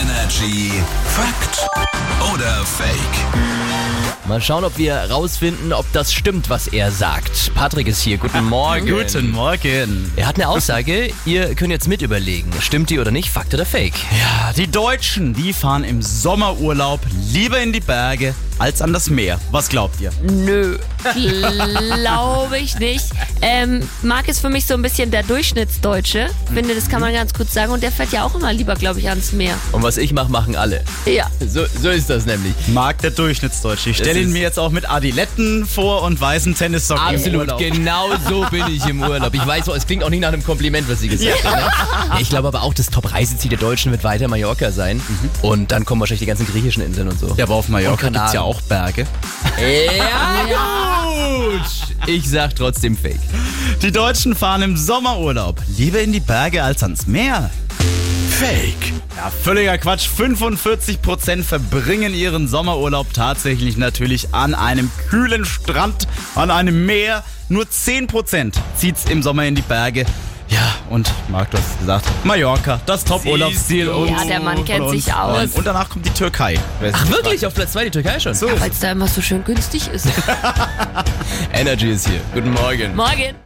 Energy Fakt oder Fake? Mal schauen, ob wir rausfinden, ob das stimmt, was er sagt. Patrick ist hier. Guten Morgen. Guten Morgen. Er hat eine Aussage. Ihr könnt jetzt mit überlegen. Stimmt die oder nicht? Fakt oder Fake? Ja, die Deutschen, die fahren im Sommerurlaub lieber in die Berge als an das Meer. Was glaubt ihr? Nö, glaube ich nicht. Ähm, Marc ist für mich so ein bisschen der Durchschnittsdeutsche. Finde, das kann man ganz kurz sagen. Und der fährt ja auch immer lieber, glaube ich, ans Meer. Und was ich mache, machen alle. Ja. So, so ist das nämlich. Mag der Durchschnittsdeutsche. Ich stelle Das ihn ist- mir jetzt auch mit Adiletten vor und weißen Tennissocken. im Absolut, Urlaub. genau so bin ich im Urlaub. Ich weiß, es klingt auch nicht nach einem Kompliment, was sie gesagt hat. Ne? Ich glaube aber auch, das Top-Reiseziel der Deutschen wird weiter Mallorca sein. Und dann kommen wahrscheinlich die ganzen griechischen Inseln und so. Ja, aber auf Mallorca Und Kanaren. gibt es ja auch Berge. ja gut. Ich sag trotzdem Fake. Die Deutschen fahren im Sommerurlaub lieber in die Berge als ans Meer. Fake. Ja, völliger Quatsch. 45% verbringen ihren Sommerurlaub tatsächlich natürlich an einem kühlen Strand, an einem Meer. Nur 10% zieht's im Sommer in die Berge. Ja, und Marc, du hast es gesagt, Mallorca, das Top-Urlaubsziel. du. uns- Ja, der Mann kennt von uns. sich aus. Und danach kommt die Türkei. Ach wirklich? Auf Platz 2 die Türkei schon? So. Weil es da immer so schön günstig ist. Energy ist hier. Guten Morgen. Morgen.